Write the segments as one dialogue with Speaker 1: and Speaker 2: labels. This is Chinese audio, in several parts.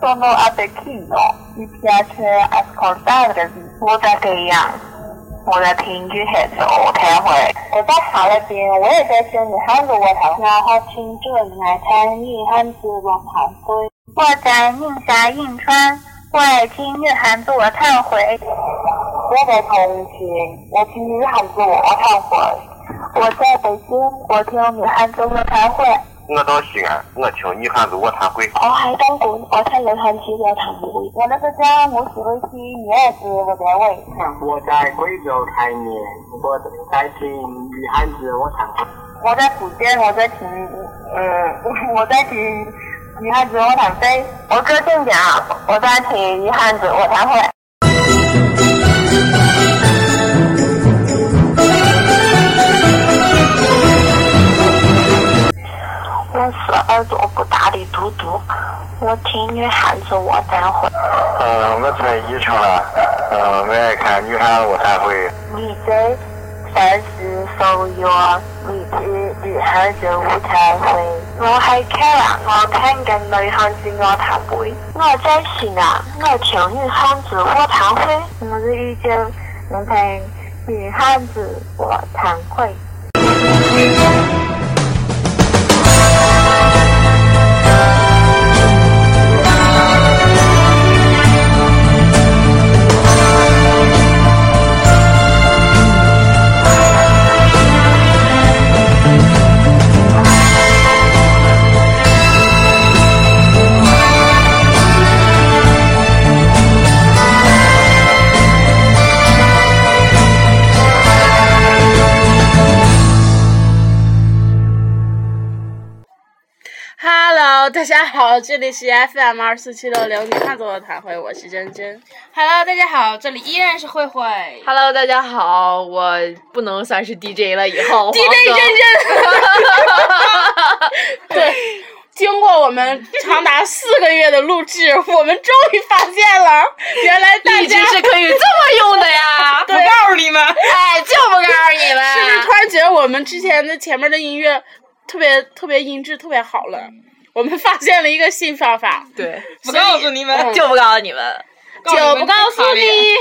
Speaker 1: sono attecchito. Mi piace ascoltare di moda gayang. 我的平均还是 OK 会。
Speaker 2: 我在法那边，我也在学女汉子卧谈，然后听这奶餐女汉子卧谈会。
Speaker 3: 我在宁夏银川，我爱听女汉子卧谈会。
Speaker 2: 我在重庆，我听女汉子卧谈会。
Speaker 4: 我在北京，我听女汉子卧谈会。
Speaker 5: 我到西安，我听女汉子卧谈会。
Speaker 2: 我喺东莞，我听女汉子卧谈会。我那个家，我喜欢听女汉子卧谈会。
Speaker 6: 我在贵州开年，我在听女汉子卧谈会。
Speaker 2: 我在福建，我在听，嗯，我在听女汉子卧谈会。
Speaker 1: 我在晋江，我在听女汉子卧谈会。
Speaker 7: 我是耳朵不大的嘟嘟，我听女汉子卧谈会。
Speaker 5: 呃，我在宜昌了，呃，我爱看女汉子卧谈会。
Speaker 8: 你在三十首约，你去女汉子卧谈会。
Speaker 9: 我係 Kara，我聽緊女漢子卧談會。
Speaker 10: 我在西安，我聽女漢子卧談會。
Speaker 11: 我是遇見，我聽女漢子卧談會。
Speaker 12: Hello，大家好，这里是 FM 二四七六零女汉子的谈会，我是珍珍。
Speaker 13: Hello，大家好，这里依然是慧慧。
Speaker 14: Hello，大家好，我不能算是 DJ 了，以后
Speaker 12: DJ 珍珍。对， 经过我们长达四个月的录制，我们终于发现了，原来大家
Speaker 14: 是可以这么用的 呀！
Speaker 12: 我告诉你们，
Speaker 14: 哎，就不告诉你 们。
Speaker 12: 是不是突然觉得我们之前的前面的音乐特别特别音质特别好了？我们发现了一个新方法，
Speaker 14: 对，哎
Speaker 13: 不告诉你们，
Speaker 14: 就不告诉你们，
Speaker 12: 就不告诉你，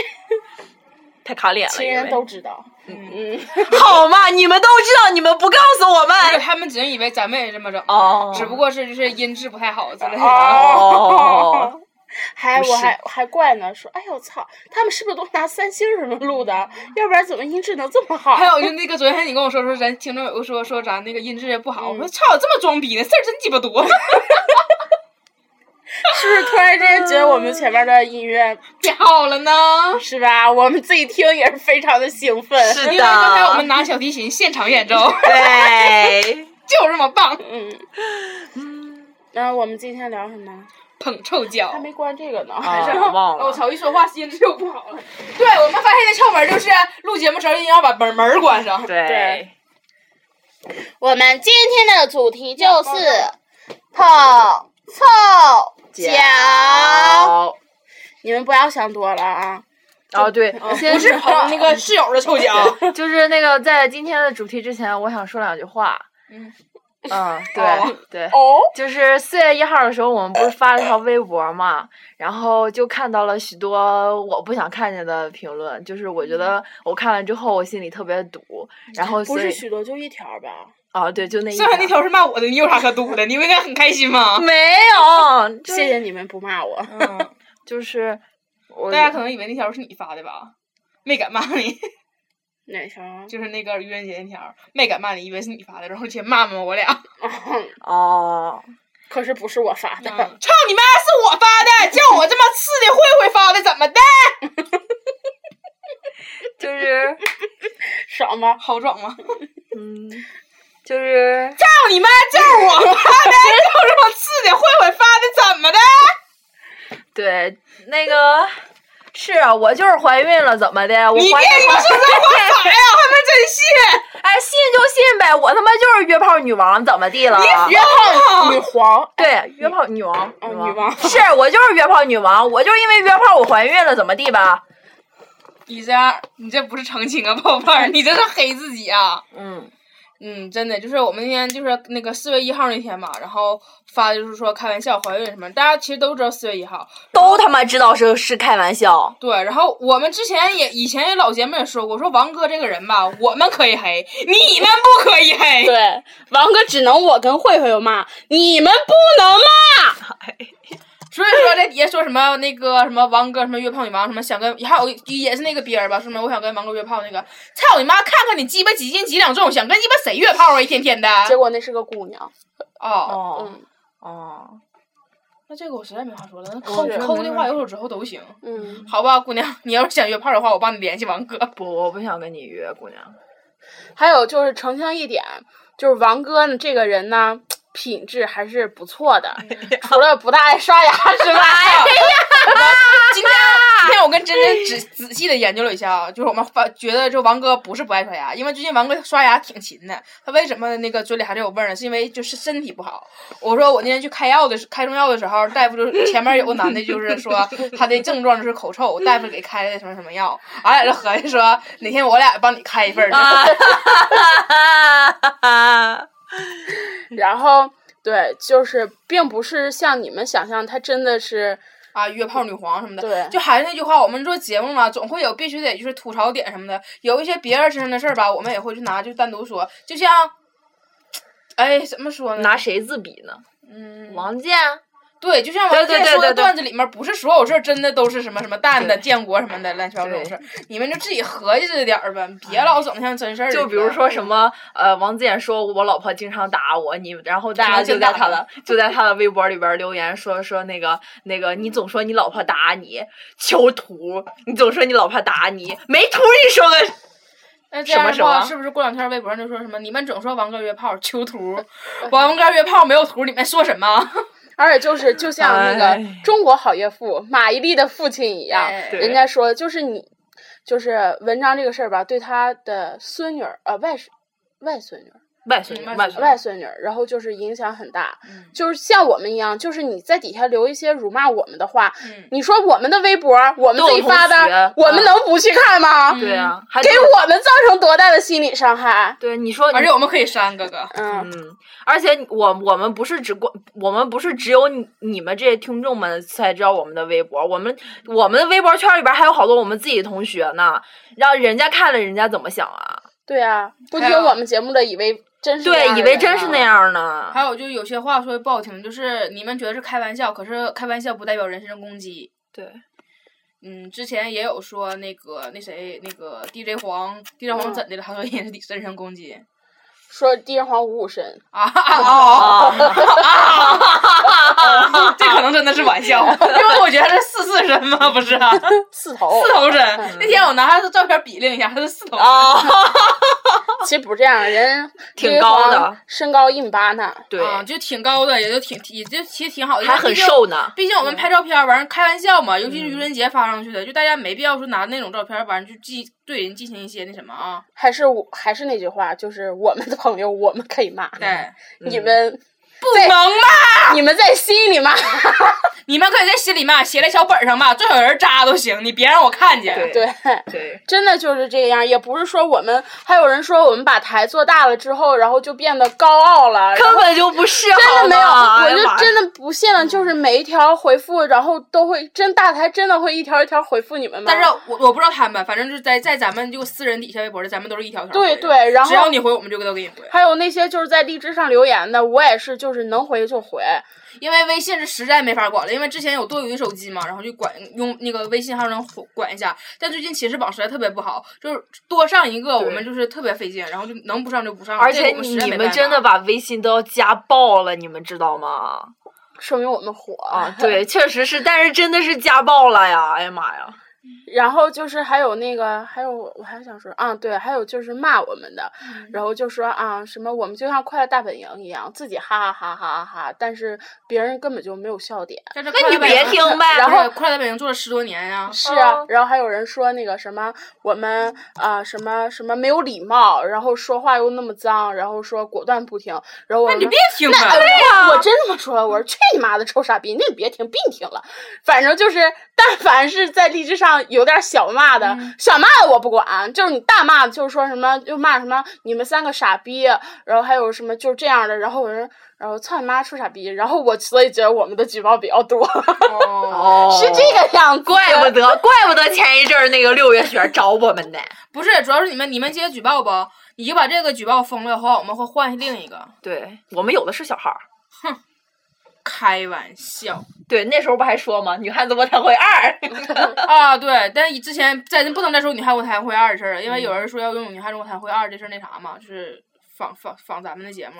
Speaker 14: 太卡脸了。
Speaker 12: 亲人都知道，嗯
Speaker 14: 嗯，好嘛，你们都知道，你们不告诉我们，
Speaker 13: 他们只是以为咱们也这么整，
Speaker 14: 哦，
Speaker 13: 只不过是就是音质不太好
Speaker 12: 哎
Speaker 13: 之类的。
Speaker 12: 哦
Speaker 14: 哦，
Speaker 12: 还我还还怪呢，说哎呦操，他们是不是都拿三星什么录的？要不然怎么音质能这么好？
Speaker 13: 还有就那个昨天你跟我说说咱听众有个说说咱那个音质不好，我说操，这么装逼的事儿真鸡巴多。
Speaker 12: 是不是突然之间觉得我们前面的音乐
Speaker 13: 变好了呢？
Speaker 12: 是吧？我们自己听也是非常的兴奋。
Speaker 14: 是的，因
Speaker 13: 为刚才我们拿小提琴现场演奏，
Speaker 14: 对，
Speaker 13: 就这么棒。
Speaker 12: 嗯嗯， 那我们今天聊什么？啊
Speaker 13: 捧臭脚，
Speaker 12: 还没关这个呢，
Speaker 14: 还是哦忘了。
Speaker 13: 哦我操，一说话音质又不好了。对我们发现的窍门就是录节目时候一定要把门门关上。
Speaker 14: 对。
Speaker 12: 我们今天的主题就是捧臭脚，你们不要想多了啊。
Speaker 14: 哦，对，
Speaker 13: 不是捧那个室友的臭脚，
Speaker 14: 就是那个在今天的主题之前，我想说两句话。嗯。 嗯，对、
Speaker 13: 哦、
Speaker 14: 对，
Speaker 13: 哦、
Speaker 14: 就是四月一号的时候，我们不是发了条微博嘛，然后就看到了许多我不想看见的评论，就是我觉
Speaker 13: 嗯
Speaker 14: 得我看了之后，我心里特别堵，然后
Speaker 12: 不是许多就一条吧？
Speaker 14: 哦，对，就那一
Speaker 13: 条。
Speaker 14: 剩下
Speaker 13: 那条是骂我的，你有啥可堵的？你不应该很开心吗？
Speaker 14: 没 有，
Speaker 12: 谢谢你们不骂我。
Speaker 13: 嗯，
Speaker 14: 就是
Speaker 13: 大家可能以为那条是你发的吧，没敢骂你。
Speaker 12: 哪条？
Speaker 13: 就是那个愚人节那条，没敢骂你，以为是你发的，然后先骂骂 我俩。
Speaker 14: 哦，
Speaker 12: 可是不是我发的，
Speaker 13: 操、嗯、你妈，是我发的，叫我这么次的慧慧发的，怎么的？
Speaker 14: 就是
Speaker 12: 爽吗？
Speaker 13: 好爽吗？
Speaker 14: 嗯，就是
Speaker 13: 操你妈，就是我发的，叫这么次的慧慧发的，怎么的？
Speaker 14: 对，那个。是啊，我就是怀孕了，怎么的？我怀孕了。你别
Speaker 13: 说这 话啥呀？还能真信？
Speaker 14: 哎，信就信呗！我他妈就是约炮女王，怎么地了？
Speaker 12: 约炮女皇？
Speaker 14: 对，约炮女王。
Speaker 15: 哦
Speaker 12: 女王。
Speaker 14: 是我就是约炮女王，我就是因为约炮我怀孕了，怎么地吧？
Speaker 13: 你这，你这不是澄清啊，宝贝儿，你这是黑自己啊！
Speaker 14: 嗯。
Speaker 13: 嗯，真的就是我们那天就是那个四月一号那天嘛，然后发就是说开玩笑怀孕什么，大家其实都知道四月一号，
Speaker 15: 都他妈知道是是开玩笑。
Speaker 13: 对，然后我们之前也以前老节目也说过，说王哥这个人吧，我们可以黑，你们不可以 黑。
Speaker 12: 对，王哥只能我跟慧慧骂，你们不能骂。
Speaker 13: 所以说在底下说什么那个什么王哥什么约炮女王什么想跟还有也是那个边儿吧，什么我想跟王哥约炮那个，操你妈！看看你鸡巴几斤几两重，想跟鸡巴谁约炮啊？一天天的。
Speaker 12: 结果那是个姑娘。
Speaker 13: 哦。
Speaker 12: 嗯。
Speaker 13: 哦。那这个我实在没话说了，那抠抠的话有手指头都行。嗯。好吧，姑娘，你要是想约炮的话，我帮你联系王哥。
Speaker 14: 不，我不想跟你约，姑娘。
Speaker 12: 还有就是澄清一点，就是王哥呢这个人呢。品质还是不错的，除了不大爱刷牙之外。 哎
Speaker 13: 呀，今天今天我跟珍珍仔仔细的研究了一下啊，就是我们发觉得这王哥不是不爱刷牙，因为最近王哥刷牙挺勤的。他为什么那个嘴里还是有味儿呢？是因为就是身体不好。我说我那天去开药的开中药的时候，大夫就前面有个男的，就是说他的症状就是口臭，大夫给开的什么什么药。俺俩就合计说哪天我俩帮你开一份
Speaker 12: 儿。然后，对，就是并不是像你们想象，她真的是
Speaker 13: 啊约炮女皇什么的。
Speaker 12: 对，
Speaker 13: 就还是那句话，我们做节目嘛，总会有必须得就是吐槽点什么的。有一些别人身上的事儿吧，我们也会去拿就单独说。就像，哎，怎么说呢？
Speaker 14: 拿谁自比呢？
Speaker 13: 嗯，
Speaker 14: 王健。啊
Speaker 13: 对，就像王健说的段子里面，不是所有事儿真的都是什么什么蛋的、建国什么的乱七八糟事儿，你们就自己合计着点儿呗，别老整像真事儿。
Speaker 14: 就比如说什么，呃，王健说我老婆经常打我，你，然后大家就在他的就在他的微博里边留言说说那个那个，你总说你老婆打你，求图，你总说你老婆打你，没图你说个。
Speaker 13: 那这样的话，是不是过两天微博上就说什么？你们总说王哥约炮求图，王哥约炮没有图，你们说什么？
Speaker 12: 而且就是就像那个《中国好岳父》马伊琍的父亲一样，人家说就是你，就是文章这个事儿吧，对他的孙女儿呃外外孙女。
Speaker 14: 外孙女，嗯外
Speaker 12: 外孙女，然后就是影响很大，就是像我们一样，就是你在底下留一些辱骂我们的话，
Speaker 13: 嗯
Speaker 12: 你说我们的微博，我们自己发的，我
Speaker 14: 嗯
Speaker 12: 们能不去看吗？
Speaker 14: 对啊，
Speaker 12: 给我们造成多大的心理伤害？
Speaker 14: 对，你说，
Speaker 13: 而且我们可以删哥哥，
Speaker 12: 嗯，
Speaker 14: 而且我我们不是只关，我们不是只有你你们这些听众们才知道我们的微博，我们我们的微博圈里边还有好多我们自己的同学呢，让人家看了人家怎么想啊？
Speaker 12: 对啊，不听我们节目的以为。真是
Speaker 14: 对，以为
Speaker 12: 啊
Speaker 14: 真是那样呢。
Speaker 13: 还有就有些话说的不好听，就是你们觉得是开玩笑，可是开玩笑不代表人身攻击。
Speaker 14: 对，
Speaker 13: 嗯，之前也有说那个那谁那个 DJ 黄，DJ 黄
Speaker 14: 嗯
Speaker 13: 怎的了？他说也是人身攻击，
Speaker 12: 说 DJ 黄五五身
Speaker 13: 啊哦啊！ 这可能真的是玩笑，因为我觉得他是四四身嘛，不是啊
Speaker 12: 四头
Speaker 13: 四头身。
Speaker 14: 嗯
Speaker 13: 那天我拿他的照片比量一下，他是四头。
Speaker 14: 哦
Speaker 12: 其实不这样，人
Speaker 14: 挺高的，
Speaker 12: 身高一米八呢，
Speaker 14: 对、
Speaker 13: 啊，就挺高的，也就挺，也就其实挺好的，
Speaker 14: 哦还很瘦呢。
Speaker 13: 毕竟我们拍照片玩意儿开玩笑嘛，嗯、尤其是愚人节发上去的，就大家没必要说拿那种照片玩意儿就记对人进行一些那什么啊。
Speaker 12: 还是我还是那句话，就是我们的朋友我们可以骂，
Speaker 13: 对，
Speaker 12: 你们、嗯、
Speaker 13: 不能骂，
Speaker 12: 你们在心里骂，
Speaker 13: 你们可以在心里骂，写在小本上骂，最好有人扎都行，你别让我看见。
Speaker 14: 对
Speaker 12: 对，
Speaker 14: 对
Speaker 12: 真的就是这样，也不是说我们还有人说我们把台做大了之后，然后就变得高傲了，
Speaker 14: 根本就不是，哎
Speaker 12: 真的没有，
Speaker 13: 啊哎
Speaker 12: 我就真的不信了，
Speaker 13: 嗯
Speaker 12: 就是每一条回复，然后都会真大台真的会一条一条回复你们吗？
Speaker 13: 但是我我不知道他们，反正就是在在咱们就私人底下微博的，咱们都是一条条。
Speaker 12: 对对，然后
Speaker 13: 只要你回，我们就都给你回。
Speaker 12: 还有那些就是在荔枝上留言的，我也是，就是能回就回。
Speaker 13: 因为微信是实在没法管了，因为之前有多余的手机嘛，然后就管用那个微信还能管一下。但最近寝室榜实在特别不好，就是多上一个我们就是特别费劲，然后就能不上就不上。
Speaker 14: 而且你们真的把微信都要加爆了，你们知道吗？
Speaker 12: 说明我们火
Speaker 13: 哦
Speaker 14: 啊！对，确实是，但是真的是加爆了呀！哎呀妈呀！
Speaker 12: 然后就是还有那个，还有我还想说啊，对，还有就是骂我们的，嗯、然后就说啊什么我们就像快乐大本营一样，自己哈哈哈哈哈，但是别人根本就没有笑点。
Speaker 13: 那
Speaker 14: 你别听呗。
Speaker 12: 然后
Speaker 13: 快乐大本营做了十多年呀、啊。
Speaker 12: 是啊，然后还有人说那个什么我们啊、呃、什么什么没有礼貌，然后说话又那么脏，然后说果断不听，然后我哎
Speaker 13: 那你别听
Speaker 14: 啊
Speaker 12: 呗。那、呃、我真这么说了，我说去你妈的臭傻逼，那你别听，别听了。反正就是，但凡是在励志上有点小骂的，
Speaker 13: 嗯
Speaker 12: 小骂的我不管，就是你大骂，就是说什么就骂什么你们三个傻逼，然后还有什么就是这样的，然后我说，然后操你妈臭傻逼，然后我所以觉得我们的举报比较多，
Speaker 14: 哦
Speaker 12: 是这个样子，
Speaker 14: 怪不得，怪不得前一阵儿那个六月雪找我们呢。
Speaker 13: 不是，主要是你们你们接举报不？你就把这个举报封了以后，我们会换另一个。
Speaker 14: 对我们有的是小号儿。
Speaker 13: 开玩笑
Speaker 14: 对，那时候不还说吗？女汉子我才会二。
Speaker 13: 啊，对，但是之前咱不能再说女汉子我才会二的事儿了，因为有
Speaker 14: 嗯
Speaker 13: 人说要用女汉子我才会二这事儿那啥嘛，就是仿仿仿咱们 的节目。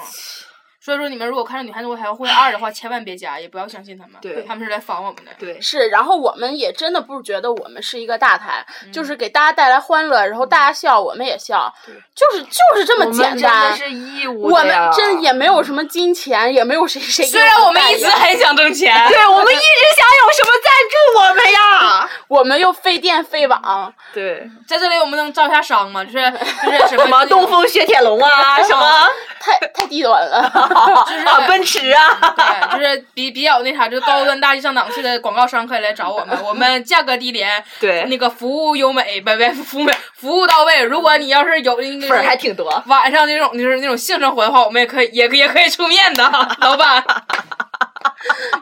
Speaker 13: 所以说，你们如果看到女汉子我才会二的话，千万别加，也不要相信他们，
Speaker 14: 对
Speaker 13: 他们是来防我们的。
Speaker 14: 对，
Speaker 12: 是，然后我们也真的不觉得我们是一个大台，
Speaker 14: 嗯
Speaker 12: 就是给大家带来欢乐，然后大家笑，我们也笑，就是就是这么
Speaker 14: 我们
Speaker 12: 简
Speaker 14: 真
Speaker 12: 单。
Speaker 14: 的是义务
Speaker 12: 我
Speaker 14: 的呀，
Speaker 12: 们真也没有什么金钱，也没有谁谁给
Speaker 13: 虽
Speaker 12: 们带来。
Speaker 13: 然我们一啊直很想挣钱
Speaker 14: 对我们一直想有什么赞助我们呀？
Speaker 12: 我们又费电费网，
Speaker 14: 对，
Speaker 13: 在这里我们能招一下商吗？就是就是什
Speaker 14: 什么
Speaker 13: 么
Speaker 14: 东风雪铁龙 啊，什么
Speaker 12: 太太低端了，
Speaker 13: 就是
Speaker 14: 啊奔驰啊，
Speaker 13: 对，就是比比较那啥，就是高端大气上档次的广告商可以来找我们，我们价格低廉，
Speaker 14: 对
Speaker 13: 那个服务优美，不不服务美，服务到位。如果你要是有那
Speaker 14: 粉儿还
Speaker 13: 个
Speaker 14: 挺多。
Speaker 13: 晚上那种就是那种性生活的话，我们也可以也可以也可以出 面的，老板，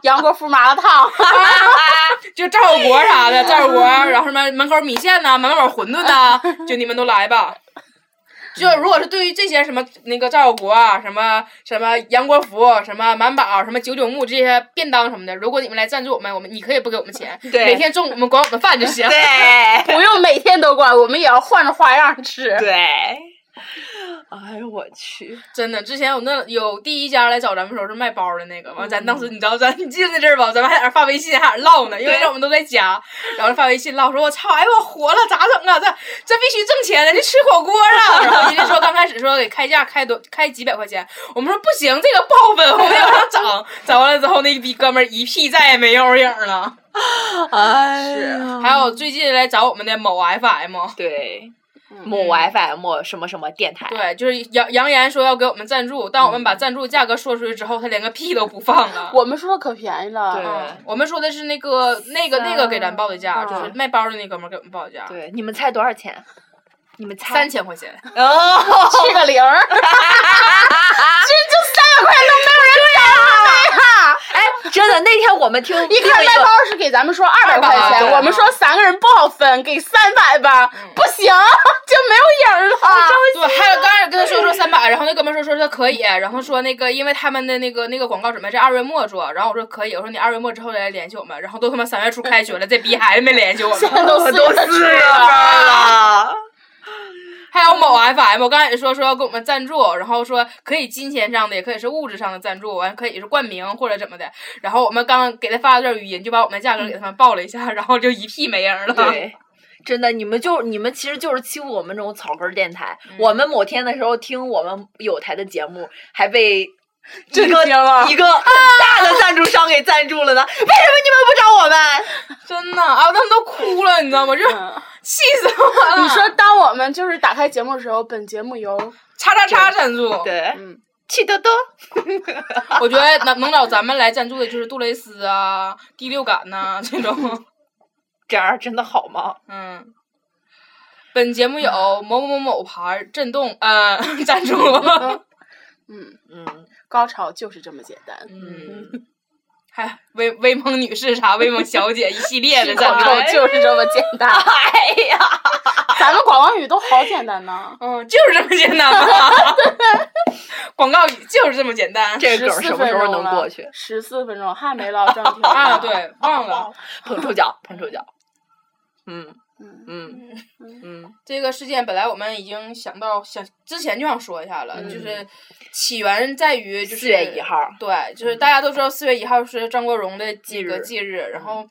Speaker 12: 杨国福麻辣烫，
Speaker 13: 就炸火锅啥的，炸火锅，然后什么门口米线呐、门口馄 饨呐、就你们都来吧。就如果是对于这些什么那个炸火锅啊，什么什么杨国福、什么满宝、什么九九木这些便当什么的，如果你们来赞助我们，我们你可以不给我们钱，
Speaker 14: 对
Speaker 13: 每天中午我们管我们饭就行。
Speaker 14: 对
Speaker 12: 不用每天都管，我们也要换着花样吃。
Speaker 14: 对，哎呦我去，
Speaker 13: 真的，之前有那有第一家来找咱们时候是卖包的那个，完咱当时你知道咱你记得那阵儿吧，咱们还在啊那儿发微信还在那儿唠呢，因为我们都在家，然后发微信唠说，我操，哎呦我活了，咋整啊？这这必须挣钱，咱就吃火锅了。然后人家说刚开始说给开价开多开几百块钱，我们说不行，这个不好分，我们要上涨。涨完了之后，那逼哥们儿一屁再也没有影儿了。
Speaker 14: 哎
Speaker 13: 是
Speaker 14: 呀，
Speaker 13: 还有最近来找我们的某 FM，
Speaker 14: 对。某 FM 什么什么电台，
Speaker 13: 对，就是扬扬言说要给我们赞助，但我们把赞助价格说出去之后，他连个屁都不放了。
Speaker 12: 我们说的可便宜了，
Speaker 14: 对
Speaker 13: 嗯我们说的是那个那个那个给咱报的价，
Speaker 14: 嗯
Speaker 13: 就是卖包的那哥们儿给我们报的价，
Speaker 14: 对，你们猜多少钱？你们猜
Speaker 13: 三千块钱。
Speaker 14: 哦，
Speaker 12: 去个零儿，这就三百块都没有人敢买了。
Speaker 14: 哎，真的，那天我们听
Speaker 12: 一看
Speaker 14: 另
Speaker 12: 卖
Speaker 14: 个
Speaker 12: 包是给咱们说二百块
Speaker 14: 200
Speaker 12: 钱，
Speaker 14: 对
Speaker 12: 我们说三个人不好分，给三百吧，不行就没有影儿了。
Speaker 13: 对，还有刚开始跟他说说三百，然后那哥们儿说说他可以，然后说那个因为他们的那个那个广告准备在二月末做，然后我说可以，我说你二月末之后再来联系我们，然后都他妈三月初开学了，这逼还是没联系我
Speaker 12: 现在
Speaker 13: 们。
Speaker 12: 都四
Speaker 14: 都四月份了，
Speaker 13: 还有某 FM，我刚开始说说要给我们赞助，然后说可以金钱上的，也可以是物质上的赞助，完可以是冠名或者怎么的，然后我们刚给他发了段语音，就把我们的价格给他们报了一下，然后就一屁没 人了。
Speaker 14: 对，真的，你们就你们其实就是欺负我们这种草根儿电台。我们某天的时候听我们有台的节目，还被一个 一个很大的赞助商给赞助了呢。为什么你们不找我们？
Speaker 13: 真的啊，他们都哭
Speaker 14: 嗯
Speaker 13: 了，你知道吗？就气死我
Speaker 14: 啊
Speaker 13: 了。
Speaker 12: 你说，当我们就是打开节目的时候，本节目由
Speaker 13: 叉叉叉赞助，
Speaker 14: 对，
Speaker 12: 嗯，
Speaker 14: 气得多。
Speaker 13: 我觉得能能找咱们来赞助的就是杜蕾斯啊、第六感 呐、这种。
Speaker 14: 这样真的好吗？
Speaker 13: 嗯，本节目有
Speaker 14: 嗯
Speaker 13: 某某某牌震动呃 赞助。
Speaker 12: 嗯
Speaker 14: 嗯
Speaker 12: 高潮就是这么简单。
Speaker 13: 嗯，还威威猛女 士啥威猛小姐一系列的赞
Speaker 12: 高潮
Speaker 13: 助，
Speaker 12: 就是这么简单。
Speaker 14: 哎呀，
Speaker 12: 咱们广告语都好简单呢。
Speaker 13: 嗯，就是这么简单吧？广告语就是这么简 单。
Speaker 14: 这个梗儿什么时候能过去？
Speaker 12: 十四分钟还没唠正 题呢
Speaker 13: 啊，，对，忘了。
Speaker 14: 捧臭脚，捧臭脚。嗯
Speaker 12: 嗯
Speaker 14: 嗯嗯，
Speaker 13: 这个事件本来我们已经想到想之前就想说一下了，就是起源在于就是
Speaker 14: 4月1号嗯
Speaker 13: 对，就是大家都知道四月一号是张国荣的这
Speaker 14: 忌
Speaker 13: 个
Speaker 14: 嗯
Speaker 13: 忌日，然后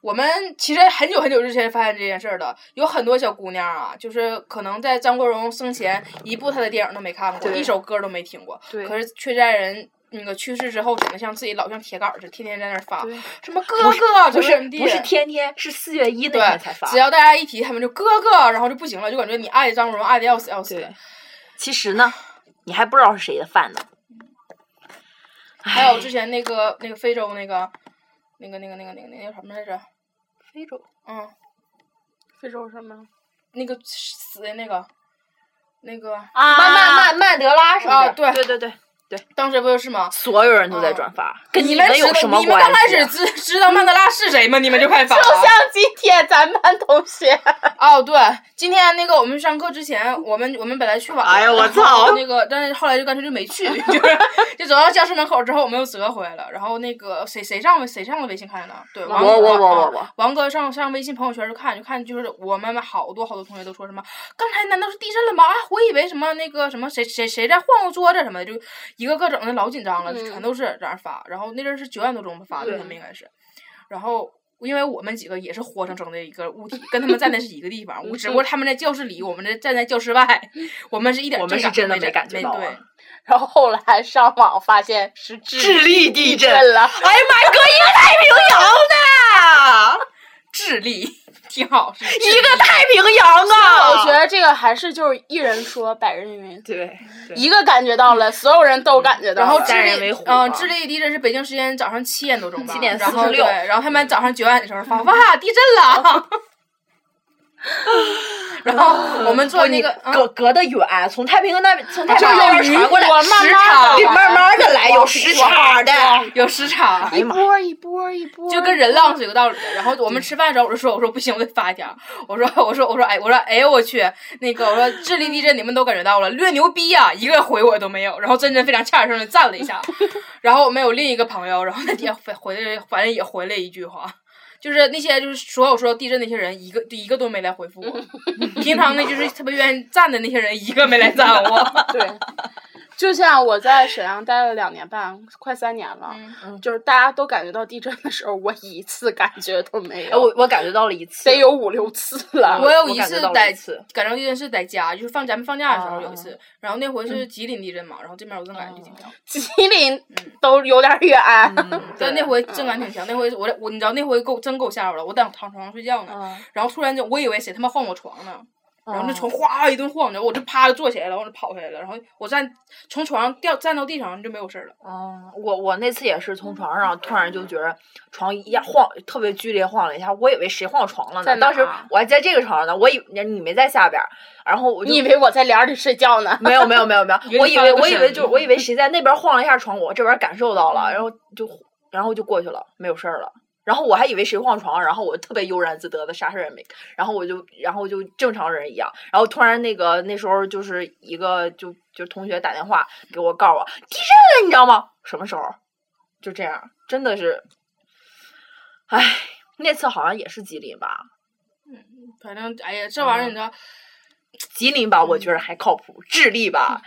Speaker 13: 我们其实很久很久之前发现这件事儿的，有很多小姑娘啊，就是可能在张国荣生前一部他的电影都没看过，
Speaker 14: 对
Speaker 13: 一首歌都没听过，
Speaker 14: 对
Speaker 13: 可是却在人。那个去世之后，整的像自己老像铁杆儿似的，天天在那儿发
Speaker 14: 对
Speaker 13: 什么哥
Speaker 14: 不
Speaker 13: 哥，怎么
Speaker 14: 是
Speaker 13: 怎么地
Speaker 14: 不是天天是四月一那
Speaker 13: 对
Speaker 14: 天才发，
Speaker 13: 只要大家一提他们就哥哥，然后就不行了，就感觉你爱张国荣爱的要死要死。
Speaker 14: 其实呢，你还不知道是谁的饭呢。
Speaker 13: 还有之前那个那个非洲那个那个那个那个那个那叫什么来着？
Speaker 14: 非洲。
Speaker 13: 嗯。
Speaker 12: 非洲什么？
Speaker 13: 那个死的那个，那个啊，
Speaker 14: 曼曼曼曼德拉什么的，
Speaker 13: 对
Speaker 14: 哦对对对对，
Speaker 13: 当时不就是吗？
Speaker 14: 所有人都在转发，跟
Speaker 13: 你
Speaker 14: 们有什么关系？你们啊刚
Speaker 13: 开始知知道曼德拉是谁吗？你们就开始发。
Speaker 12: 就像今天咱班同学。
Speaker 13: 哦，对，今天那个我们上课之前，我们我们本来去晚，
Speaker 14: 哎呀我操，
Speaker 13: 那个但是后来就干脆就没去， 就是就走到教室门口之后，我们又折回来了。然后那个谁谁上谁上了微信看的，对，王啊
Speaker 14: 我我我我
Speaker 13: 王哥上上微信朋友圈就看就看，就是我们好多好多同学都说什么，刚才难道是地震了吗？啊，我以为什么那个什么谁谁谁在晃悠桌子什么的，就一个个整的老紧张了，
Speaker 14: 嗯
Speaker 13: 全都是在那发。然后那阵是九点多钟吧发的，他们应该是，然后。因为我们几个也是活生生的一个物体，跟他们站的是一个地
Speaker 14: 嗯
Speaker 13: 方，我只不过他们在教室里，我们这站在教室外，我们是一点
Speaker 14: 我们是真的没感觉到、啊。
Speaker 13: 对，
Speaker 12: 然后后来上网发现是
Speaker 14: 智利地
Speaker 12: 震
Speaker 14: 了，哎呀妈，搁 一个太平洋的。
Speaker 13: 智利 挺好，
Speaker 14: 一个太平洋啊！
Speaker 12: 哎我觉得这个还是就是一人说百人
Speaker 14: 云，对，对
Speaker 12: 一个感觉到了，所有人都感觉到了。
Speaker 13: 然后智利，嗯、
Speaker 14: 呃，
Speaker 13: 智利地震是北京时间早上七点多钟吧，
Speaker 14: 七点
Speaker 13: 四十
Speaker 14: 六，
Speaker 13: 然后他们早上九点的时候发，哇，地震了。然后我们坐那个
Speaker 14: 隔隔得远，从太平洋那边从太
Speaker 13: 啊
Speaker 14: 平
Speaker 12: 洋
Speaker 14: 那边传过来，时差得慢慢的来，有时差的，
Speaker 13: 有时差，
Speaker 12: 一波一波一波，
Speaker 13: 就跟人浪是有道理的。然后我们吃饭的时候，我就说，我说不行，我得发一条，我说我说我说哎，我说哎我去，那个我说智利地震你们都感觉到了，略牛逼呀，一个回我都没有。然后真真非常欠声的赞了一下，然后我们有另一个朋友，然后那天回回来反正也回了一句话。就是那些就是所有说地震那些人，一个一个都没来回复我。平常呢，就是特别愿意赞的那些人，一个没来 赞我。
Speaker 12: 对，就像我在沈阳待了两年半，快三年了，嗯、就是大家都感觉到地震的时候，我一次感觉都没有。
Speaker 14: 哎我我感觉到了一次，
Speaker 12: 得有啊五六次了。
Speaker 13: 我有
Speaker 14: 一
Speaker 13: 次在感觉地震是在家，就是放咱们放假的时候有一次，然后那回是吉林地震嘛，然后这边我正感觉就挺强。
Speaker 12: 吉林都有点远。
Speaker 14: 嗯
Speaker 13: 对，嗯那回震感挺强。那回我我你知道那回够真给我吓着了，我在躺床上睡觉呢，嗯、然后突然就我以为谁他妈晃我床呢，嗯、
Speaker 14: 哦
Speaker 13: 然后那床哗一顿晃着，我就啪就坐起来了，我就跑下来了，然后我站从床上掉站到地上就没有事了。
Speaker 14: 嗯，我我那次也是从床上突然就觉得床一下晃，特别剧烈晃了一下，我以为谁晃我床了呢，当时我还在这个床上呢，我以你没在下边。然后我
Speaker 12: 你以为我在帘里睡觉 呢？
Speaker 14: 没有没有没有没有，我以为我以为就我以为谁在那边晃了一下床，我这边感受到了，然后就然后就过去了，没有事儿了。然后我还以为谁晃床，然后我特别悠然自得的，啥事儿也没。然后我就，然后就正常人一样。然后突然那个那时候就是一个就就同学打电话给我告诉我地震了，你知道吗？什么时候？就这样，真的是，唉，那次好像也是吉林吧。
Speaker 13: 嗯，反正哎呀，这玩意儿你知道，
Speaker 14: 吉林吧，我觉得还靠谱，智利 吧。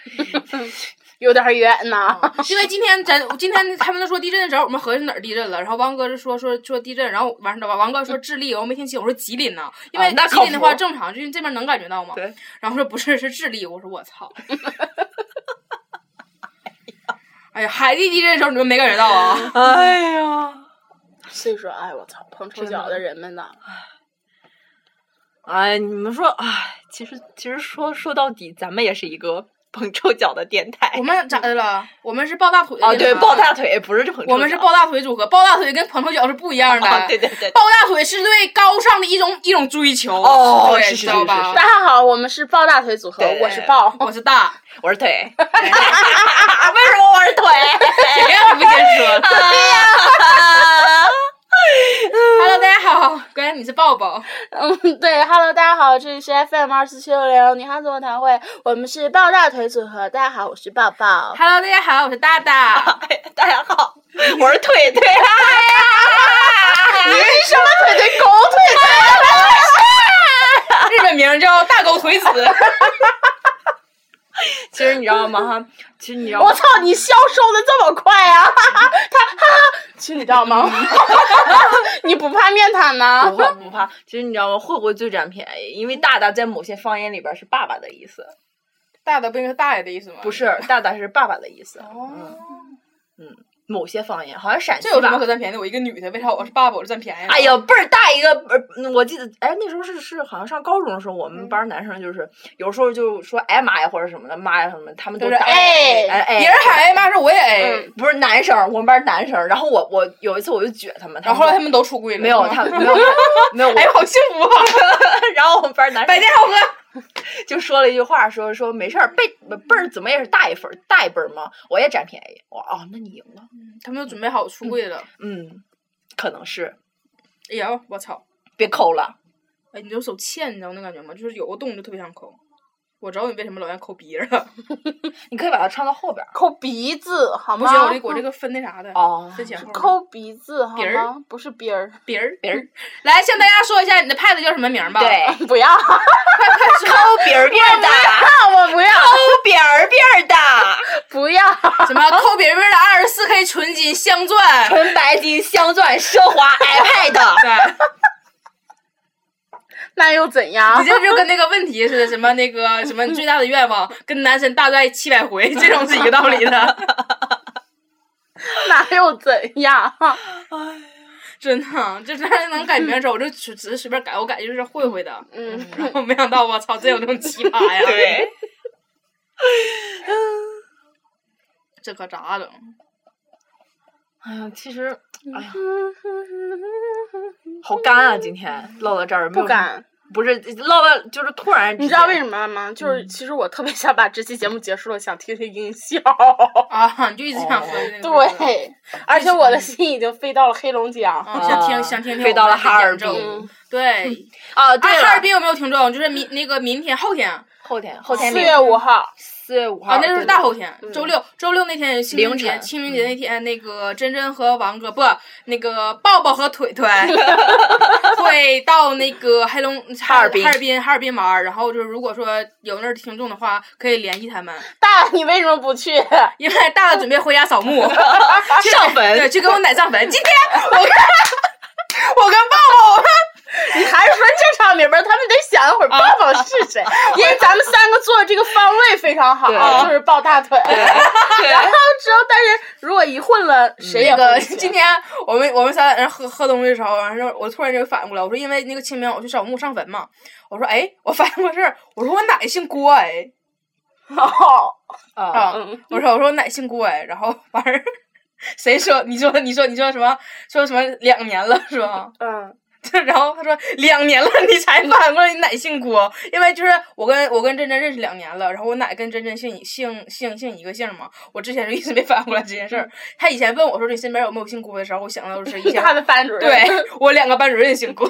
Speaker 12: 有点远呐、
Speaker 13: 啊嗯，因为今天咱今天他们都说地震的时候，我们合计哪儿地震了，然后王哥就说说说地震，然后完事儿吧，王哥说智利，我没听清，我说吉林呐、啊，因为吉林的话正常，就是这边能感觉到嘛。
Speaker 14: 对。
Speaker 13: 然后说不是，是智利，我说我操。 哎呀，海地地震的时候你们没感觉到啊？
Speaker 14: 哎呀，
Speaker 12: 所以说，哎我操，碰臭脚的人们呐。
Speaker 14: 哎，你们说，哎，其实其实说说到底，咱们也是一个。 捧臭脚的电台，
Speaker 13: 我们咋的了？我们是抱大腿
Speaker 14: 啊！哎对，抱大腿不是捧。哦
Speaker 13: 我们是抱大腿组合，抱大腿跟捧臭脚是不一样的。
Speaker 14: 对对对，
Speaker 13: 抱大腿是对高尚的一种一种追求。
Speaker 14: 哦，
Speaker 13: 是知道吧？
Speaker 12: 大家好，我们是抱大腿组合，我是抱，
Speaker 13: 我是大，
Speaker 14: 我 是腿。为什么我是腿？
Speaker 13: 谁让你不先说？
Speaker 12: 对呀。
Speaker 13: Hello，大家好，果然你是抱抱。
Speaker 12: 嗯，对，Hello，大家好，这里是 FM 二四七六零，你好，座谈会，我们是抱大腿组合。大家好，我是抱抱。
Speaker 13: Hello，大家好，我是大大。
Speaker 14: 哎大家好，我是腿啊腿。
Speaker 12: 你是什么腿腿？狗腿
Speaker 13: 腿。日本名叫大狗腿子。
Speaker 14: 其实你知道吗？哈，其实你知道
Speaker 12: 我操，你消瘦的这么快啊！ 他哈，其实你知道 吗？你不怕面瘫呢？
Speaker 14: 不怕不怕。其实你知道吗？会不会最占便宜？因为大大在某些方言里边是爸爸的意思。
Speaker 13: 大大不应该是大爷的意思吗？
Speaker 14: 不是，大大是爸爸的意思。
Speaker 13: 哦。
Speaker 14: 嗯，某些方言，好像陕西
Speaker 13: 这有什么可占便宜的？我一个女的，为啥我是爸爸我是占便宜？
Speaker 14: 哎呀，倍儿大一个！呃我记得，哎，那时候是是好像上高中的时候，我
Speaker 13: 嗯
Speaker 14: 们班男生就是有时候就说哎妈呀或者什么的妈呀什么，他们都
Speaker 13: 是哎
Speaker 14: 哎，
Speaker 13: 别人喊哎妈时候我也哎，
Speaker 14: 不是男生，我们班男生。然后我我有一次我就撅他们，
Speaker 13: 然后后来他们都出柜了，
Speaker 14: 没有他没有 没有，
Speaker 13: 哎，好幸福啊！
Speaker 14: 然后我们班男生
Speaker 13: 百年好合。
Speaker 14: 就说了一句话，说说没事儿，辈辈儿怎么也是大一分，大一辈儿嘛，我也占便宜。我哦，那你赢了，
Speaker 13: 嗯、他们都准备好出柜了
Speaker 14: 嗯。嗯，可能是。
Speaker 13: 哎呀，我操！
Speaker 14: 别抠了。
Speaker 13: 哎，你就手欠，你知道那感觉吗？就是有个洞就特别想抠。我知道你为什么老爱抠鼻啊了。
Speaker 14: 你可以把它穿到后边。
Speaker 12: 抠鼻子好吗？
Speaker 13: 不行，我这我这个分那啥的。
Speaker 14: 啊哦。
Speaker 13: 分前后。
Speaker 12: 抠鼻子好
Speaker 13: 吗？
Speaker 12: 不是鼻儿，
Speaker 13: 鼻儿鼻儿。来向大家说一下你的派子叫什么名吧。
Speaker 14: 对，
Speaker 12: 不要。快
Speaker 13: 快说。
Speaker 14: 抠鼻儿鼻儿的。
Speaker 12: 我不要。
Speaker 14: 抠鼻儿鼻儿的。
Speaker 12: 不要。
Speaker 13: 什么抠鼻儿鼻儿的二十四 K 纯金镶钻。
Speaker 14: 啊纯白金镶钻奢华 iPad。
Speaker 13: 对。
Speaker 12: 那又怎样？
Speaker 13: 你这就跟那个问题似的，什么那个什么最大的愿望，跟男神大战七百回，这种是一个道理的。
Speaker 12: 那又怎样？哎
Speaker 13: 呀，真的，就这样能改名的时候，我就只只是随便改，我感觉就是会会的。
Speaker 12: 嗯，
Speaker 13: 然后没想到 我操，真有这种奇葩呀！
Speaker 14: 对，
Speaker 13: 这可咋整？
Speaker 14: 哎呀，其实，哎呀， 好干啊！今天唠到这儿，
Speaker 12: 不干，
Speaker 14: 不是唠到就是突然。
Speaker 12: 你知道为什么吗？就是其实我特别想把这期节目结束了，想听听音效
Speaker 13: 啊！你就一直
Speaker 14: 哦
Speaker 13: 想说
Speaker 12: 这个。对， 而且我的心已经飞到了黑龙江，
Speaker 13: 啊想听想听
Speaker 14: 啊
Speaker 13: 听。
Speaker 14: 飞到了哈尔滨。
Speaker 13: 对。
Speaker 14: 啊，对
Speaker 13: 哈尔滨有没有听众？就是明那个明天后天。
Speaker 14: 后天，后天
Speaker 12: 四月五号，
Speaker 14: 四月五号啊，
Speaker 13: 那就是大后天，周六，周六那天清明节，清
Speaker 14: 嗯
Speaker 13: 明节那天，那个珍珍和王哥不，那个抱抱和腿 腿会到那个黑龙
Speaker 14: 哈尔滨
Speaker 13: 哈尔滨哈尔滨玩儿，然后就是如果说有那儿听众的话，可以联系他们。
Speaker 12: 大，你为什么不去？
Speaker 13: 因为大了准备回家扫 墓，
Speaker 14: 上坟，
Speaker 13: 对，去给我奶上坟。今天我跟 我跟抱抱我们。
Speaker 12: 你还是说这场里边，他们得想一会儿抱抱是谁，因为咱们三个坐的这个方位非常好，就是抱大腿。 然后之后，但是如果一混了，谁也
Speaker 13: 个今天我们我们仨在那喝喝东西的时候，完事我突然就反应过来，我说因为那个清明我去扫墓上坟嘛，我说哎，我反应过事儿，我说我奶姓郭哎，
Speaker 12: 哦
Speaker 13: 啊，我说我说我奶姓郭哎，然后完事儿谁说你说你说你说什么说什么两年了是吧？
Speaker 12: 嗯。
Speaker 13: 然后他说两年了，你才反应过来你奶姓郭，因为就是我跟我跟珍珍认识两年了，然后我奶跟珍珍姓姓姓姓一个姓嘛，我之前就一直没反应过来这件事儿。他以前问我说你身边有没有姓郭的时候，我想到就是以 前
Speaker 12: 他的班主任，
Speaker 13: 对 我两个班主任姓郭，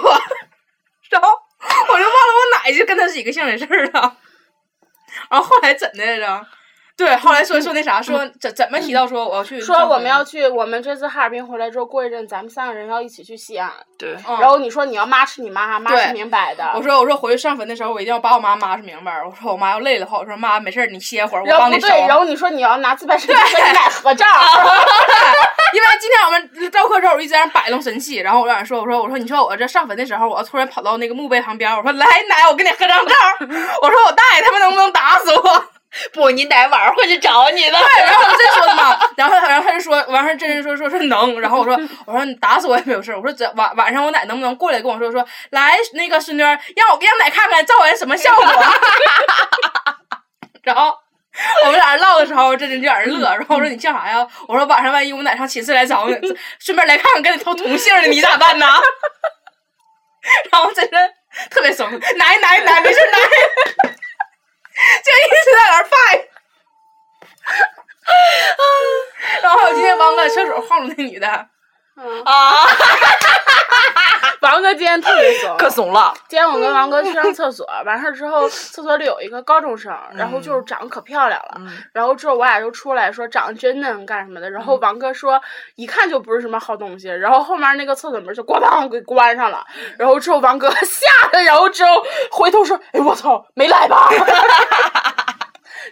Speaker 13: 然后我就忘了我奶就跟他是一个姓的事儿了。然后后来怎的来着？对，后来说说那啥，说怎怎么提到说我要去，
Speaker 12: 嗯说我们要去，我们这次哈尔滨回来之后，过一阵咱们三个人要一起去西安。
Speaker 14: 对。
Speaker 12: 然后你说你要妈吃你妈，妈是明白的。
Speaker 13: 我说我说回去上坟的时候，我一定要把我妈妈是明白。我说我妈要累的话，我说妈没事儿，你歇会儿，我帮你
Speaker 12: 收。然后对，然后你说你要拿自拍神器跟你奶合照。
Speaker 13: 因为今天我们唠嗑之后，我一直在那摆弄神器，然后我让人说，我说我说你说我这上坟的时候，我要突然跑到那个墓碑旁边，我说来奶，我跟你合张照。 我说我大爷他们能不能打死我？
Speaker 14: 不，你得晚上回去找你了。
Speaker 13: 对，然后我真说的嘛，然后然后他就说，完事真是说说说能，然后我说我说你打死我也没有事儿，我说这晚晚上我奶能不能过来跟我说说来那个孙女儿，让我让奶看看照完什么效果。 然后我们俩人唠的时候，真真就在那乐，然后我说你笑啥呀？我说晚上万一我奶上寝室来找你，顺便来看看跟你同同姓的你咋办呢？然后真真特别怂，奶奶奶没事奶。就一直在那儿拍，然后今天王哥厕所晃着那女的，
Speaker 14: 啊，
Speaker 12: 王哥今天特别怂，
Speaker 14: 可怂了。
Speaker 12: 今天我跟王哥去上厕所，完事儿之后，厕所里有一个高中生，然后就是长得可漂亮了，然后之后我俩就出来说长得真嫩干什么的，然后王哥说一看就不是什么好东西，然后后面那个厕所门就咣当给关上了，然后之后王哥 吓得，然后之后回头说，哎我操，没来吧？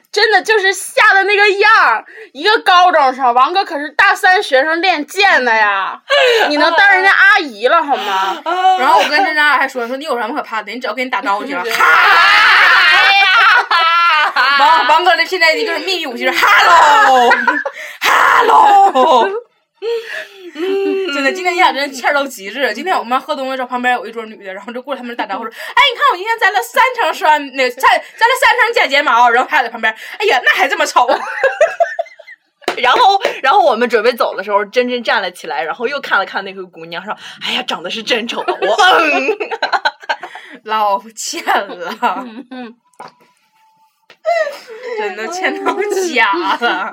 Speaker 12: 真的就是吓的那个样儿，一个高中生，王哥可是大三学生练剑的呀，你能当人家阿姨了好吗？
Speaker 13: 然后我跟这俩还说说你有什么可怕的，你只要给你打招呼就行。王王哥的现在就是秘密武器是 hello hello，真的，今天你俩真是欠儿到极致。今天我们喝东西的时候，旁边有一桌女的，然后就过来他们打招呼说：“哎，你看我今天摘了三层 双，那个摘摘了三层假睫毛。”然后还在旁边，哎呀，那还这么丑。
Speaker 14: 然后，然后我们准备走的时候，真真站了起来，然后又看了看那个姑娘，说：“哎呀，长得是真丑。”我
Speaker 13: 老欠了，真的欠到家了。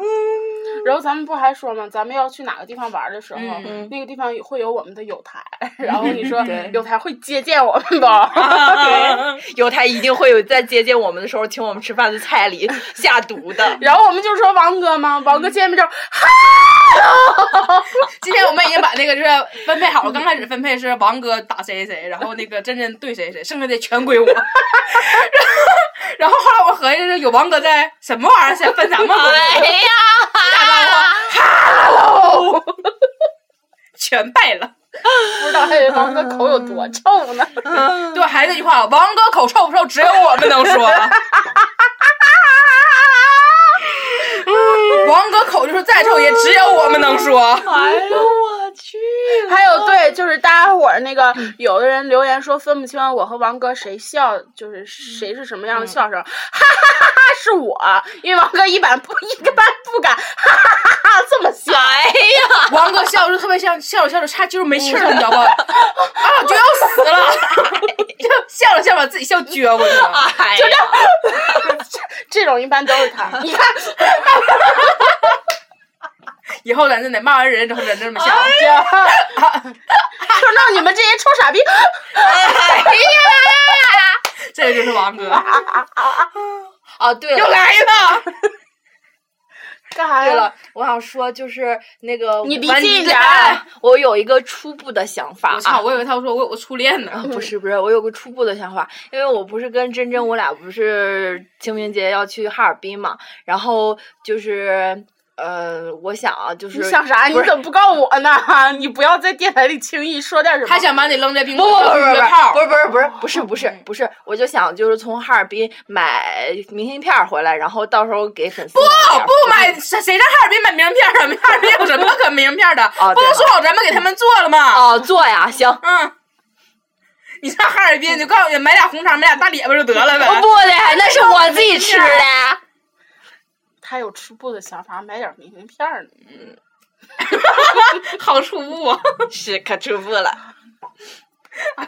Speaker 12: 然后咱们不还说吗？咱们要去哪个地方玩的时候，嗯、那个地方会有我们的友台，然后你说友台会接见我们吧？
Speaker 14: 对，友台一定会有在接见我们的时候请我们吃饭的菜里下 毒的。
Speaker 12: 然后我们就说王哥嘛，王哥见面就嗨。
Speaker 13: 今天我们已经把那个就是分配好了，刚开始分配是王哥打谁谁，然后那个真真对谁谁，剩下的全归我。 然后后来我合计是有王哥在，什么玩意儿先分咱们？
Speaker 14: 哎呀，
Speaker 13: 大招呼，哈喽， 全败了。
Speaker 12: 不知道这王哥口有多臭呢？
Speaker 14: 嗯
Speaker 13: 对，还是那句话，王哥口臭不臭，只有我们 能说。嗯王哥口就是再臭，也只有我们能说。
Speaker 14: 哎呦我去！
Speaker 12: 还有对，就是大家伙儿那个，有的人留言说分不清我和王哥谁笑，就是谁是什么样的笑声，哈哈哈哈！是我，因为王哥一般不一般不敢哈哈哈哈这么笑。
Speaker 14: 哎呀，
Speaker 13: 王哥笑就特别像笑着笑着差就是没 气儿了，你知道吧？啊，就要死了！ 就笑着笑把自己笑撅过去了，
Speaker 14: 哎
Speaker 12: 就这 这种一般都是他。你看。
Speaker 13: 以后咱就得骂完人之后，咱这么笑。
Speaker 14: 哎
Speaker 12: 就让你们这些臭傻逼！
Speaker 13: 哎呀， 这就是王哥。
Speaker 14: 哦，对了，
Speaker 13: 又来了。
Speaker 12: 干啥呀？
Speaker 14: 对了，我想说就是那个，
Speaker 12: 你离近一点、啊。
Speaker 14: 我有一个初步的想法、啊。啊
Speaker 13: 我操！我以为他说我有个初恋呢。
Speaker 14: 不是不是，我有个初步的想法，因为我不是跟珍珍，我俩不是清明节要去哈尔滨嘛，然后就是。呃，我想啊，就是
Speaker 12: 你想啥？你怎么不告诉我呢？ 你不要在电台里轻易说点什么。
Speaker 13: 他想把你扔在冰
Speaker 14: 不不不不不不不是不是不是不是，我就想就是从哈尔滨买明信片回来，然后到时候给粉丝。
Speaker 13: 不不买，谁谁在哈尔滨买明信片啊？哈尔滨有什么可明信片的？不都说好咱们给他们做了吗？
Speaker 14: 哦，做呀，行，
Speaker 13: 嗯。你上哈尔滨，你告诉我买俩红肠，买俩大列巴就得了呗。
Speaker 14: 不的，那是我自己吃的。
Speaker 12: 他有初步的想法，买点明信片呢。嗯，
Speaker 13: 好初步啊，
Speaker 14: 是可初步了。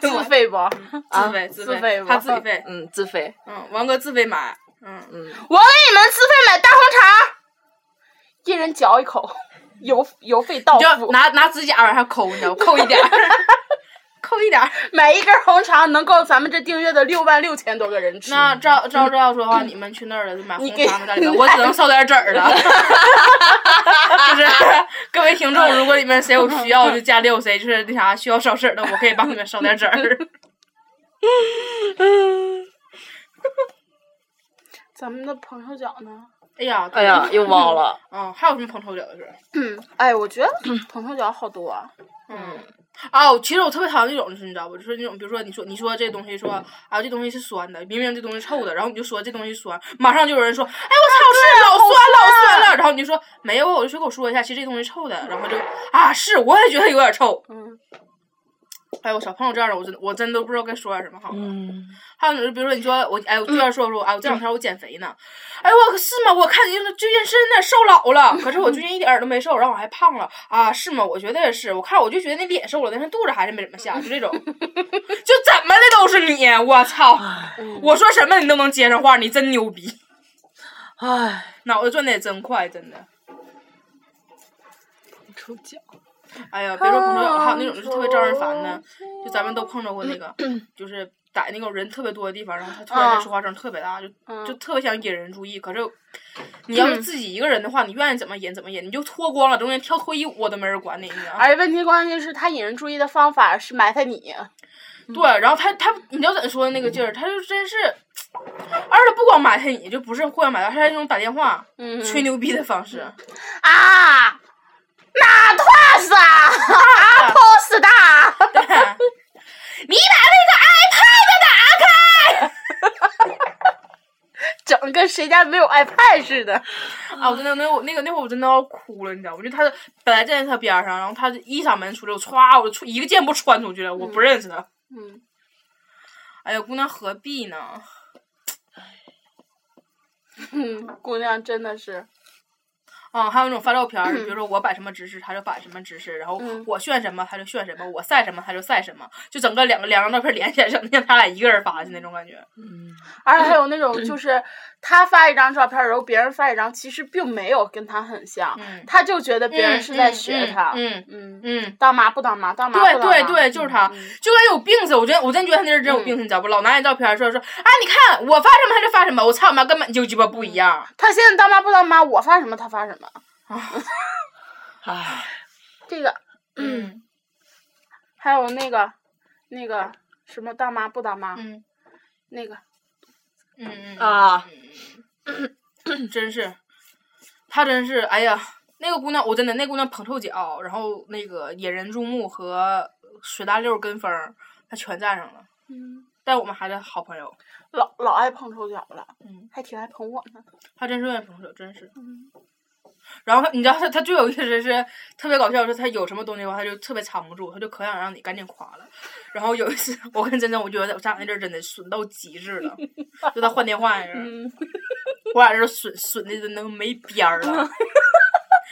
Speaker 12: 自费不？
Speaker 13: 自费啊自
Speaker 12: 费，
Speaker 13: 他自己费。
Speaker 14: 嗯，自费。
Speaker 13: 嗯，王哥自费买。嗯嗯，
Speaker 12: 我给你们自费买大红肠，一人嚼一口， 邮邮费到付。
Speaker 13: 拿拿指甲往上抠，你知道抠一点， 抠一点。
Speaker 12: 买一根红肠能够咱们这订阅的六万六千多个人吃。
Speaker 13: 那照照这样说的话，你们去那儿了就买红肠 在里边，我只能烧点纸儿了。 就是各位听众，如果你们谁有需要就加六，谁就是那啥需要烧纸儿的，我可以帮你们烧点纸儿。
Speaker 12: 咱们的捧臭脚呢？
Speaker 13: 哎呀，
Speaker 14: 哎呀，又忘了。
Speaker 13: 嗯，还有什么捧臭脚的事？
Speaker 12: 嗯， 哎，我觉得捧臭脚好多。啊
Speaker 13: 嗯。哦，其实我特别讨厌那种，就是你知道不？就是那种，比如说你说你说这东西说啊，这东西是酸的，明明这东西臭的，然后你就说这东西酸，马上就有人说，哎，我操，是老酸老酸啊了。然后你就说没有，我就随口说一下，其实这东西臭的，然后就啊，是，我也觉得有点臭。
Speaker 12: 嗯。
Speaker 13: 哎，我小朋友这样的，我真我真都不知道该说点什么好。
Speaker 14: 嗯。
Speaker 13: 还有就是比如说你说我，哎，我就要说我说哎，我这两天我减肥呢，哎，我是吗？我看你就是最近真的瘦老了，可是我最近一点儿都没瘦，然后我还胖了啊，是吗？我觉得也是，我看我就觉得那脸瘦了，但是肚子还是没怎么下，就这种，就怎么的都是你，我操！我说什么你都能接上话，你真牛逼！
Speaker 14: 唉，
Speaker 13: 脑子转的也真快，真的。
Speaker 14: 抽奖。
Speaker 13: 哎呀，别说朋友，还有那种就是特别招人烦的，就咱们都碰着过那个， 就是。在那种人特别多的地方，然后他突然间说话声特别大，就就特别想引人注意。可是，你要是自己一个人的话，你愿意怎么引怎么引，你就脱光了，中间跳脱衣舞都没人管你。
Speaker 12: 而问题关键是他引人注意的方法是埋汰你。
Speaker 13: 对，然后他他，你知道怎说的那个劲儿，他就真是，而且不光埋汰你，就不是互相埋汰，他是那种打电话
Speaker 12: 嗯
Speaker 13: 吹牛逼的方式。
Speaker 12: 啊，那托斯啊，托斯
Speaker 13: 啊
Speaker 12: 达。你把那个 iPad 打开，整跟谁家没有 iPad 似的。
Speaker 13: 啊！我真的那我那个那会儿我真的要哭了，你知道吗？就他本来站在他边上，然后他一嗓门出来，我歘，我就出一个箭步穿出去了，我不认识他。
Speaker 12: 嗯。
Speaker 13: 哎呀，姑娘何必呢？
Speaker 12: 嗯，姑娘真的是。
Speaker 13: 啊、嗯，还有那种发照 片儿，比如说我摆什么姿势，他就摆什么姿势，然后
Speaker 12: 嗯
Speaker 13: 我炫什么，他就炫什么，我晒什么，他就晒什么，就整个两个两张照片连起来，整天他俩一个人发的那种感觉。
Speaker 12: 嗯，而且还有那种就是他发一张照片，然后别人发一张，其实并没有跟他很像，
Speaker 13: 嗯、
Speaker 12: 他就觉得别人是在学他。
Speaker 13: 嗯嗯嗯，
Speaker 12: 当妈不当妈，当妈
Speaker 13: 对对
Speaker 12: 对，
Speaker 13: 就是他，就跟有病似的。我真我真觉得他那是真
Speaker 12: 嗯
Speaker 13: 有病似的，你知道不？老拿人照片说说，哎，你看我发什么他就发什么，我操我妈根本就鸡巴不一样。
Speaker 12: 他现在当妈不当妈，我发什么他发什么。
Speaker 13: 啊，唉，
Speaker 12: 这个，嗯，还有那个，那个什么当妈不当妈，
Speaker 13: 嗯，
Speaker 12: 那个，
Speaker 13: 嗯
Speaker 14: 啊，
Speaker 13: 真是，她真是，哎呀，那个姑娘，我真的那姑娘捧臭脚，然后那个引人注目和水大溜跟风，她全占上了。
Speaker 12: 嗯，
Speaker 13: 但我们还是好朋友。
Speaker 12: 老老爱碰臭脚了，
Speaker 13: 嗯，
Speaker 12: 还挺爱捧我 呢。
Speaker 13: 她真是爱捧臭脚，真是。嗯。然后你知道他他最有意思是特别搞笑，是他有什么东西吧，他就特别藏不住，他就可想让你赶紧夸了。然后有一次， 我跟珍珍，我觉得我咱俩那阵真的损到极致了，就他换电话那阵，我俩这损损的真的没边儿了。啊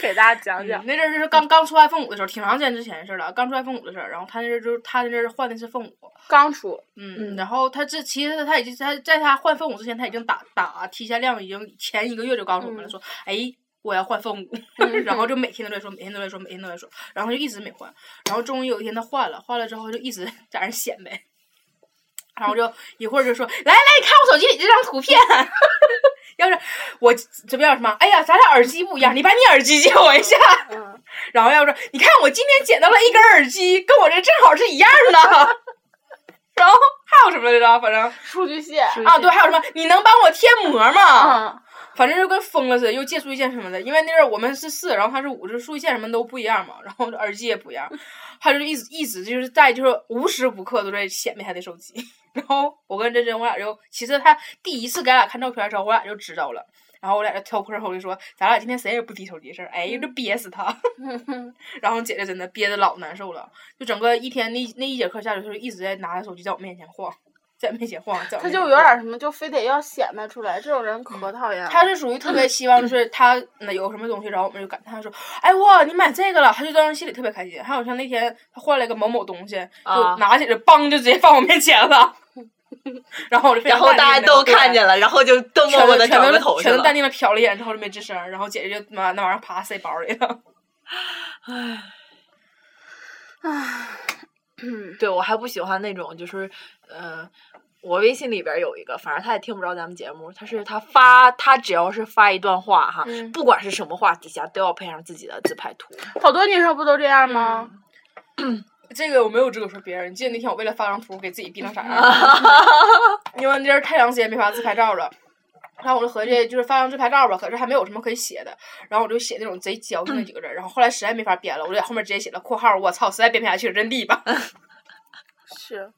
Speaker 12: 给大家讲讲，
Speaker 13: 那阵嗯是刚刚出 iPhone 五的时候，挺长时间之前的事了。刚出 iPhone 五的事儿，然后他那阵就是他那阵换的是 iPhone 五，
Speaker 12: 刚出，
Speaker 13: 嗯，然后他这其实他已经他在他换 iPhone 五之前，他已经打打提前量已经前一个月就告诉我们了，说哎。我要换凤舞， 然后就每天都在说，每天都在说，每天都在说，然后就一直没换，然后终于有一天他换了，换了之后就一直 在那显摆，然后就一会儿就说，来来，你看我手机里这张图片，啊 要是我这边有什么，哎呀，咱俩耳机不一样，你把你耳机借我一下，然后要说，你看我今天捡到了一根耳机，跟我这正好是一样的。 然后还有什么来着？反正
Speaker 12: 数据线
Speaker 13: 啊，对，还有什么？你能帮我贴膜吗？嗯、反正就跟疯了似的，又借数据线什么的。因为那阵我们是四，然后他是五，就数据线什么都不一样嘛，然后耳机也不 一样。他就一直一直就是在就是无时无刻都在显摆他的手机。 然后我跟珍珍，我俩就其实他第一次给俺俩看照片的时候，我俩就知道了。然后我俩就挑破口就说：“咱俩今天谁也不提手机事儿。”哎，
Speaker 12: 嗯
Speaker 13: 就憋 死他。然后姐姐真的憋的老难受了，就整个一天那那一节课下来，就是一直在拿着手机在我面前晃，在我面前晃。
Speaker 12: 他就有点什么，就非得要显摆出来，这种人可讨厌了、嗯。
Speaker 13: 他是属于特别希望，就是他有什么东西，然后我们就感叹说：“哎哇，你买这个了！”他就当时心里特别开心。还有像那天他换了一个某某东西，
Speaker 14: 啊
Speaker 13: 就拿起来梆就直接放我面前了。 然后我就，
Speaker 14: 然后大家都看见了，然后就都默默的转过头
Speaker 13: 全都淡定的瞟了一眼，之后就没吱声。然后姐姐就把那玩意儿啪塞包里了。
Speaker 14: 唉，唉，对我还不喜欢那种，就是嗯、呃，我微信里边有一个，反正他也听不着咱们节目。他是他发，他只要是发一段话哈，
Speaker 13: 嗯、
Speaker 14: 不管是什么话，底下都要配上自己的自拍图。
Speaker 12: 好多女生不都这样吗？
Speaker 13: 嗯这个我没有资格说别人。你记得那天我为了发张图给自己逼成啥样？因为那阵太长时间没发自拍照了，然后我就合计就是发张自拍照吧，可是还没有什么可以写的，然后我就写那种贼矫情的几个字，然后后来实在没法编了，我就在后面直接写了括号。我操，实在编不下去了，真地吧。
Speaker 12: 是。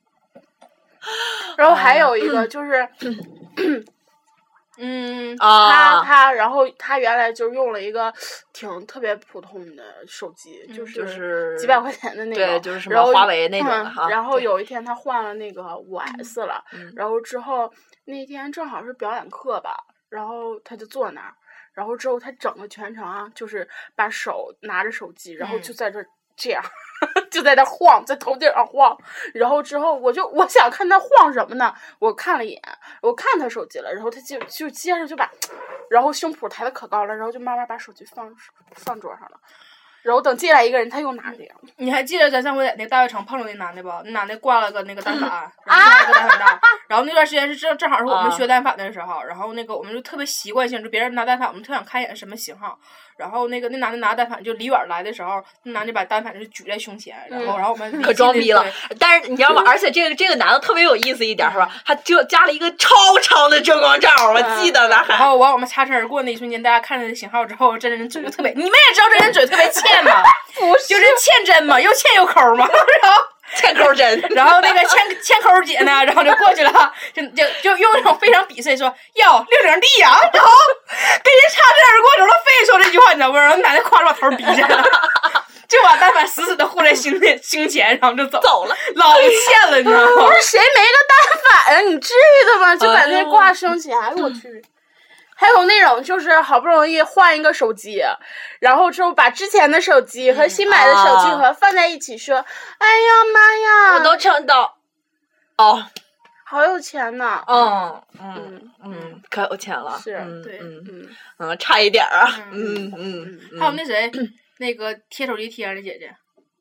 Speaker 12: 然后还有一个就是。
Speaker 14: 嗯
Speaker 13: 嗯，
Speaker 14: 啊
Speaker 12: 他他，然后他原来就用了一个挺特别普通的手机，
Speaker 14: 嗯就是
Speaker 12: 几百块钱的那个，
Speaker 14: 对，就是什么华为那种的哈。
Speaker 12: 嗯
Speaker 14: 嗯
Speaker 12: 然后有一天他换了那个五 S 了，然后之后那天正好是表演课吧，然后他就坐那儿，然后之后他整个全程啊，就是把手拿着手机，然后就在这这样。 就在那晃，在头顶上晃，然后之后我就我想看他晃什么呢？我看了一眼，我看他手机了，然后他就就接着就把，然后胸脯抬的可高了，然后就慢慢把手机放放桌上了，然后等进来一个人，他又拿着。
Speaker 13: 你还记得咱上回在那大悦城碰着那男的不？那男的挂了个那 个单反，啊、然后个单反 照。然后那段时间是正正好是
Speaker 14: 啊
Speaker 13: 我们学单反的时候，然后那个我们就特别习惯性，就别人拿单反，我们特想看一眼什么型号。然后那个那男的拿单反就离远来的时候，那男的把单反就举在胸前，然后然后 我们
Speaker 14: 嗯可装逼了。但是你知道吗？而且这个这个男的特别有意思一点是
Speaker 12: 嗯
Speaker 14: 吧？他就加了一个超长的遮光罩，我记得呢。
Speaker 13: 然后完我们擦身而过那一瞬间，大家看着型号之后，真人嘴就 特别，你们也知道真人嘴特别欠嘛，
Speaker 12: 不是
Speaker 13: 就是欠真嘛，又欠又抠嘛，然后。
Speaker 14: 欠抠针。
Speaker 12: 嗯
Speaker 13: 然后那个欠欠抠姐呢，然后就过去了，就就就用那种非常鄙视说：“哟，六零 D 呀、啊！”然后跟人擦肩而过，刘乐非说这句话，你知道不？然后男的夸着我头鼻子， 就把单反死死的护在胸前，胸前，然后就 走
Speaker 14: 走了，
Speaker 13: 老欠了，你知道吗？
Speaker 12: 不是谁没个单反啊？你至于的
Speaker 14: 哎
Speaker 12: 吗？就把那挂胸前，哎我去！还有那种就是好不容易换一个手机，然后之后把之前的手机和新买的手机盒放在一起说：“嗯啊、哎呀妈呀！”
Speaker 14: 嗯啊我都撑到，哦，
Speaker 12: 好有钱呐！
Speaker 14: 嗯嗯嗯，可有钱了，
Speaker 12: 是，
Speaker 14: 嗯、
Speaker 13: 对，
Speaker 14: 嗯嗯，差一点儿啊，嗯嗯，
Speaker 13: 还有那谁，那个贴手机贴上的姐姐。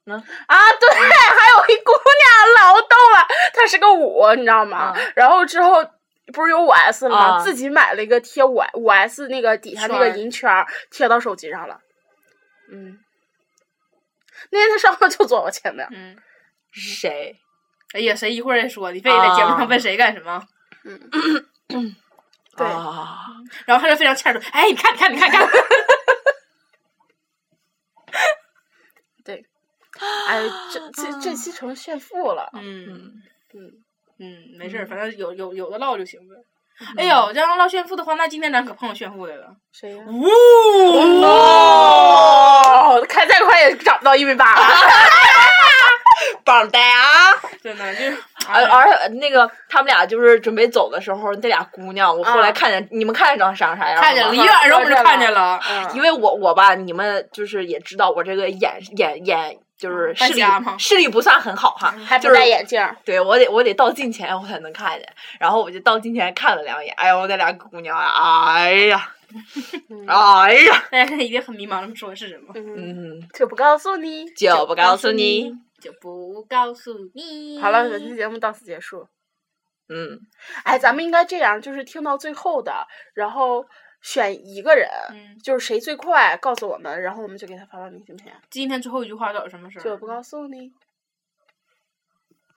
Speaker 12: 啊，对，
Speaker 14: 嗯
Speaker 12: 还有一姑娘老逗了，她是个五，你知道吗？嗯、然后之后。不是有五 S 吗？啊、
Speaker 14: 嗯
Speaker 12: 自己买了一个贴五五 S 那个底下那个银圈贴到手机上了。嗯，那天他上课就坐我前面。
Speaker 13: 嗯，
Speaker 14: 谁？
Speaker 13: 哎呀，谁一会儿再说，你非得在节目上问谁干什么？啊、
Speaker 12: 嗯，对。
Speaker 14: 啊、
Speaker 13: 然后他就非常欠说：“哎，你看，你看，你看，看。”
Speaker 12: 对，哎，这
Speaker 14: 嗯
Speaker 12: 这这期成炫富了。嗯嗯。
Speaker 13: 嗯嗯，没事儿，反正有有有的唠就行呗。哎呦，这要唠炫富的话，那今天咱可碰上炫富的了。
Speaker 12: 谁呀？
Speaker 13: 哦，
Speaker 12: 开再快也长不到一米八了。
Speaker 14: 棒呆
Speaker 13: 啊！真的就是，
Speaker 14: 而而那个他们俩就是准备走的时候，那俩姑娘，我后来看见你们嗯看见长嗯啥啥样
Speaker 13: 看见了，一晚上我们就看见了。
Speaker 14: 因为我我吧，你们就是也知道我这个眼眼眼。就是视力视力不算很好哈，
Speaker 12: 还不戴眼镜。
Speaker 14: 就是、对我得我得到近前我才能看见，然后我就到近前看了两眼，哎呦那俩姑娘啊，哎呀，哎呀，
Speaker 13: 大家现在一定很迷茫，他们说的是什么？
Speaker 14: 嗯，
Speaker 12: 就不告诉你，
Speaker 14: 就不告诉你，
Speaker 13: 就不告诉你。
Speaker 12: 好了，本期节目到此结束。
Speaker 14: 嗯，
Speaker 12: 哎，咱们应该这样，就是听到最后的，然后。选一个人，
Speaker 13: 嗯、
Speaker 12: 就是谁最快告诉我们，然后我们就给他发到明信片。
Speaker 13: 今天最后一句话到底什么事儿？
Speaker 12: 就不告诉你。